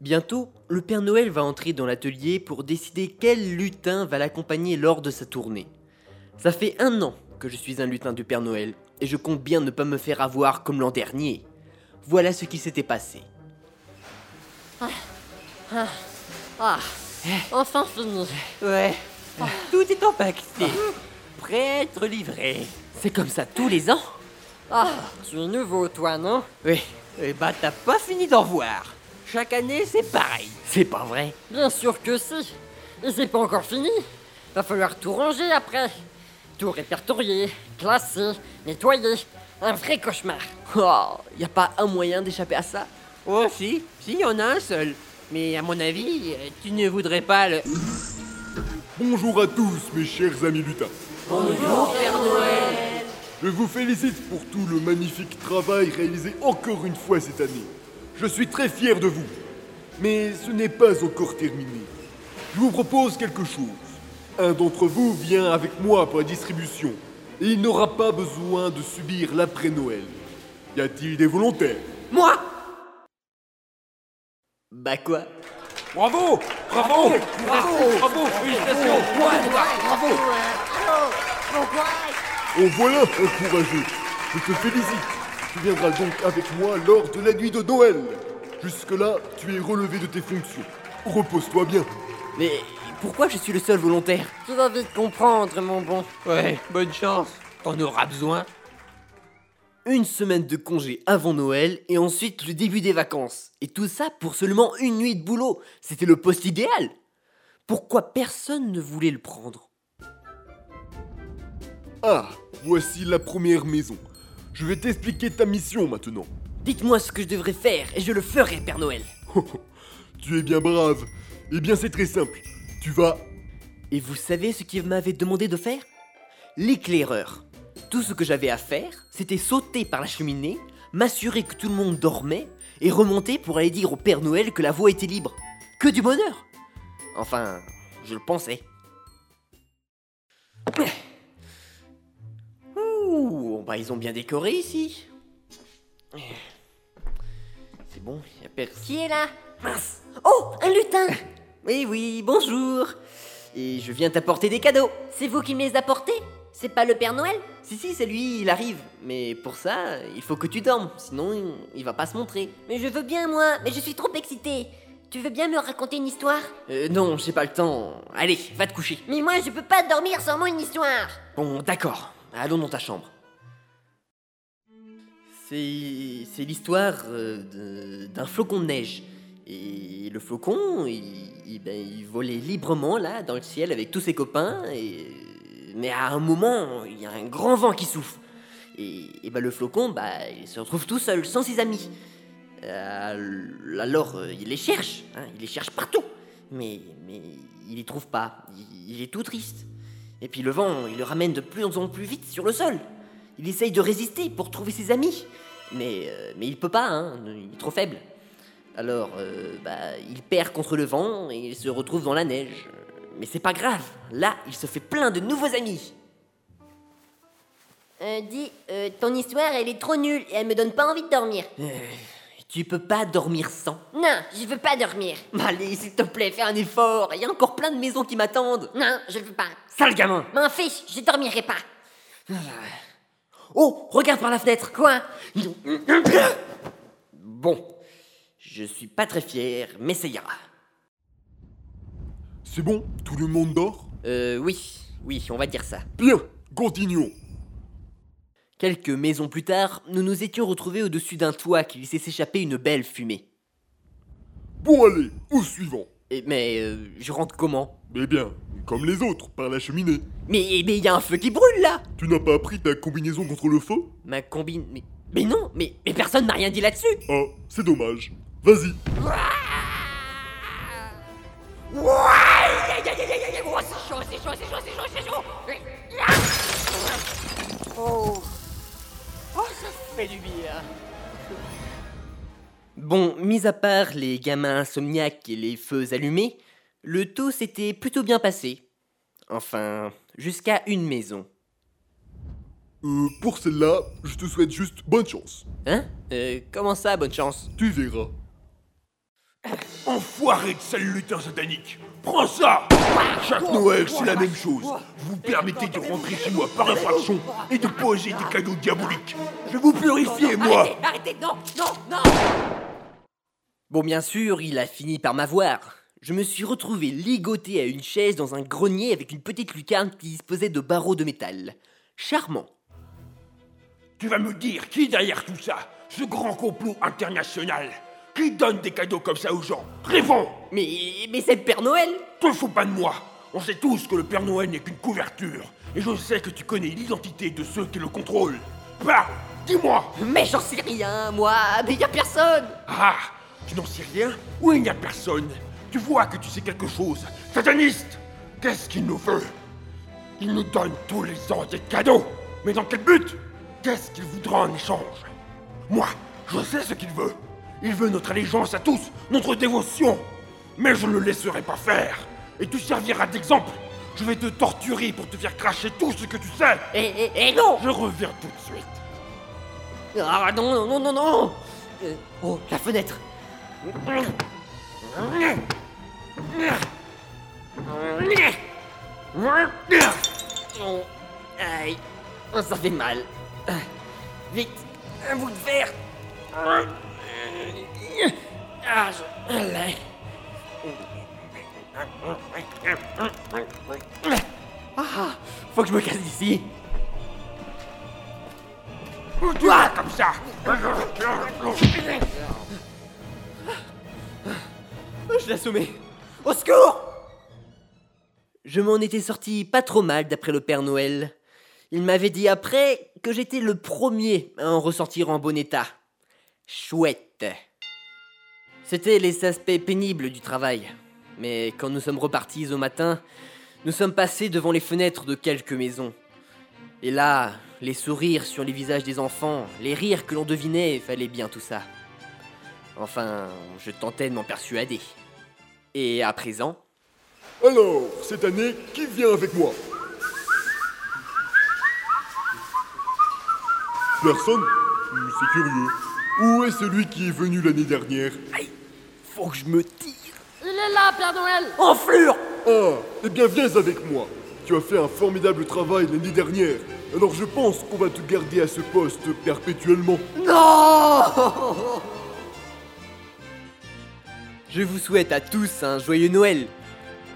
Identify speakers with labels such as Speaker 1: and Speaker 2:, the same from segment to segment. Speaker 1: Bientôt, le Père Noël va entrer dans l'atelier pour décider quel lutin va l'accompagner lors de sa tournée. Ça fait un an que je suis un lutin du Père Noël, et je compte bien ne pas me faire avoir comme l'an dernier. Voilà ce qui s'était passé.
Speaker 2: Ah, ah, enfin fini.
Speaker 3: Ouais.
Speaker 1: Ah.
Speaker 3: Tout est empaqueté. Prêt à être livré.
Speaker 1: C'est comme ça tous les ans
Speaker 2: Ah, tu es nouveau, toi, non
Speaker 3: Oui. Eh bah, t'as pas fini d'en voir. Chaque année, c'est pareil.
Speaker 1: C'est pas vrai.
Speaker 2: Bien sûr que si. Et c'est pas encore fini. Va falloir tout ranger après. Tout répertorier, classer, nettoyer. Un vrai cauchemar.
Speaker 1: Oh, y a pas un moyen d'échapper à ça
Speaker 3: Oh, si. Si, y en a un seul. Mais à mon avis, euh, tu ne voudrais pas le.
Speaker 4: Bonjour à tous, mes chers amis lutins. Bonjour, Père Noël. Je vous félicite pour tout le magnifique travail réalisé encore une fois cette année. Je suis très fier de vous. Mais ce n'est pas encore terminé. Je vous propose quelque chose. Un d'entre vous vient avec moi pour la distribution. Et il n'aura pas besoin de subir l'après-Noël. Y a-t-il des volontaires
Speaker 3: Moi
Speaker 1: Bah quoi
Speaker 5: Bravo Bravo Bravo Bravo Félicitations Bravo
Speaker 4: En voilà un courageux. Je te félicite. Tu viendras donc avec moi lors de la nuit de Noël. Jusque-là, tu es relevé de tes fonctions. Repose-toi bien.
Speaker 1: Mais pourquoi je suis le seul volontaire
Speaker 2: Tu vas vite comprendre, mon bon.
Speaker 3: Ouais, bonne chance. T'en auras besoin.
Speaker 1: Une semaine de congé avant Noël et ensuite le début des vacances. Et tout ça pour seulement une nuit de boulot. C'était le poste idéal. Pourquoi personne ne voulait le prendre
Speaker 4: Ah, voici la première maison. Je vais t'expliquer ta mission maintenant.
Speaker 1: Dites-moi ce que je devrais faire et je le ferai, Père Noël.
Speaker 4: Tu es bien brave. Eh bien, c'est très simple. Tu vas...
Speaker 1: Et vous savez ce qu'il m'avait demandé de faire L'éclaireur. Tout ce que j'avais à faire, c'était sauter par la cheminée, m'assurer que tout le monde dormait et remonter pour aller dire au Père Noël que la voie était libre. Que du bonheur Enfin, je le pensais. Ouh, bah ils ont bien décoré ici. C'est bon, y a personne.
Speaker 2: Qui est là
Speaker 1: Mince Oh, un lutin Oui, oui, bonjour Et je viens t'apporter des cadeaux
Speaker 2: C'est vous qui me les apportez C'est pas le Père Noël
Speaker 1: Si, si, c'est lui, il arrive Mais pour ça, il faut que tu dormes, sinon il- il va pas se montrer.
Speaker 2: Mais je veux bien, moi, mais je suis trop excitée. Tu veux bien me raconter une histoire
Speaker 1: Euh, non, j'ai pas le temps. Allez, va te coucher.
Speaker 2: Mais moi, je peux pas dormir sans moi une histoire.
Speaker 1: Bon, d'accord, allons dans ta chambre. C'est c'est l'histoire euh, de- d'un flocon de neige. Et le flocon, il, il- ben, il volait librement là, dans le ciel, avec tous ses copains. Et... Mais à un moment, il y a un grand vent qui souffle. Et, et ben, le flocon, bah, il se retrouve tout seul, sans ses amis. Euh, alors, euh, il les cherche, hein, il les cherche partout. Mais, mais il les trouve pas. Il, il est tout triste. Et puis le vent, il le ramène de plus en plus vite sur le sol. Il essaye de résister pour trouver ses amis. Mais, euh, mais il peut pas, hein, il est trop faible. Alors, euh, bah, il perd contre le vent et il se retrouve dans la neige. Mais c'est pas grave, là, il se fait plein de nouveaux amis.
Speaker 2: Euh, dis, euh, ton histoire, elle est trop nulle et elle me donne pas envie de dormir.
Speaker 1: Euh, Tu peux pas dormir sans.
Speaker 2: Non, je veux pas dormir.
Speaker 1: Allez, s'il te plaît, fais un effort. Il y a encore plein de maisons qui m'attendent.
Speaker 2: Non, je le veux pas.
Speaker 1: Sale gamin
Speaker 2: M'en fiche, je dormirai pas.
Speaker 1: Oh, regarde par la fenêtre. Quoi Bon, je suis pas très fier, mais ça ira.
Speaker 4: C'est bon Tout le monde dort
Speaker 1: Euh, oui, oui, on va dire ça.
Speaker 4: Bien, continuons.
Speaker 1: Quelques maisons plus tard, nous nous étions retrouvés au-dessus d'un toit qui laissait s'échapper une belle fumée.
Speaker 4: Bon, allez, au suivant.
Speaker 1: Et- mais euh, je rentre comment
Speaker 4: Eh bien, comme les autres, par la cheminée.
Speaker 1: Mais mais il y a un feu qui brûle là
Speaker 4: Tu n'as pas appris ta combinaison contre le feu
Speaker 1: Ma combine. Mais, mais non, mais, mais personne n'a rien dit là-dessus
Speaker 4: Ah, c'est dommage. Vas-y,
Speaker 1: Bon, mis à part les gamins insomniaques et les feux allumés, le tout s'était plutôt bien passé. Enfin, jusqu'à une maison.
Speaker 4: Euh, pour celle-là, je te souhaite juste bonne chance.
Speaker 1: Hein Euh, Comment ça, bonne chance
Speaker 4: Tu verras.
Speaker 5: Enfoiré de sale lutin satanique Prends ça Chaque Noël, c'est la même chose. Vous permettez de rentrer chez moi par infraction et de poser des cadeaux diaboliques. Je vais vous purifier, moi
Speaker 1: Arrêtez, non, non, non Bon, bien sûr, il a fini par m'avoir. Je me suis retrouvé ligoté à une chaise dans un grenier avec une petite lucarne qui disposait de barreaux de métal. Charmant.
Speaker 5: Tu vas me dire qui est derrière tout ça Ce grand complot international Qui donne des cadeaux comme ça aux gens Réponds
Speaker 1: Mais, mais c'est le Père Noël
Speaker 5: Te fous pas de moi On sait tous que le Père Noël n'est qu'une couverture. Et je sais que tu connais l'identité de ceux qui le contrôlent. Parle Dis-moi
Speaker 1: Mais j'en sais rien, moi Mais y a personne
Speaker 5: Ah Tu n'en sais rien Ou il n'y a personne Tu vois que tu sais quelque chose Sataniste Qu'est-ce qu'il nous veut Il nous donne tous les ans des cadeaux Mais dans quel but Qu'est-ce qu'il voudra en échange Moi, je sais ce qu'il veut Il veut notre allégeance à tous, notre dévotion Mais je ne le laisserai pas faire Et tu serviras d'exemple Je vais te torturer pour te faire cracher tout ce que tu sais
Speaker 1: Eh, eh, eh, non
Speaker 5: Je reviens tout de suite
Speaker 1: Ah, non, non, non, non, non Euh, Oh, la fenêtre Oh, aïe Oh, Ça fait mal Ah, Vite Un bout de verre Ah, je... l'ai. Ah, faut que je me casse d'ici
Speaker 5: Tu vas comme ça
Speaker 1: Je l'ai assommé. Au secours Je m'en étais sorti pas trop mal d'après le Père Noël. Il m'avait dit après que j'étais le premier à en ressortir en bon état. Chouette. C'étaient les aspects pénibles du travail. Mais quand nous sommes repartis au matin, nous sommes passés devant les fenêtres de quelques maisons. Et là, les sourires sur les visages des enfants, les rires que l'on devinait, fallait bien tout ça. Enfin, je tentais de m'en persuader. Et à présent,
Speaker 4: Alors, cette année, qui vient avec moi Personne Hmm, C'est curieux. Où est celui qui est venu l'année dernière
Speaker 1: faut que je me tire.
Speaker 2: Il est là, Père Noël
Speaker 1: Enflure
Speaker 4: Ah, eh bien viens avec moi. Tu as fait un formidable travail l'année dernière. Alors je pense qu'on va te garder à ce poste perpétuellement.
Speaker 1: Non Je vous souhaite à tous un joyeux Noël.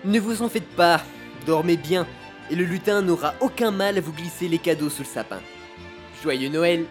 Speaker 1: Ne vous en faites pas, dormez bien, et le lutin n'aura aucun mal à vous glisser les cadeaux sous le sapin. Joyeux Noël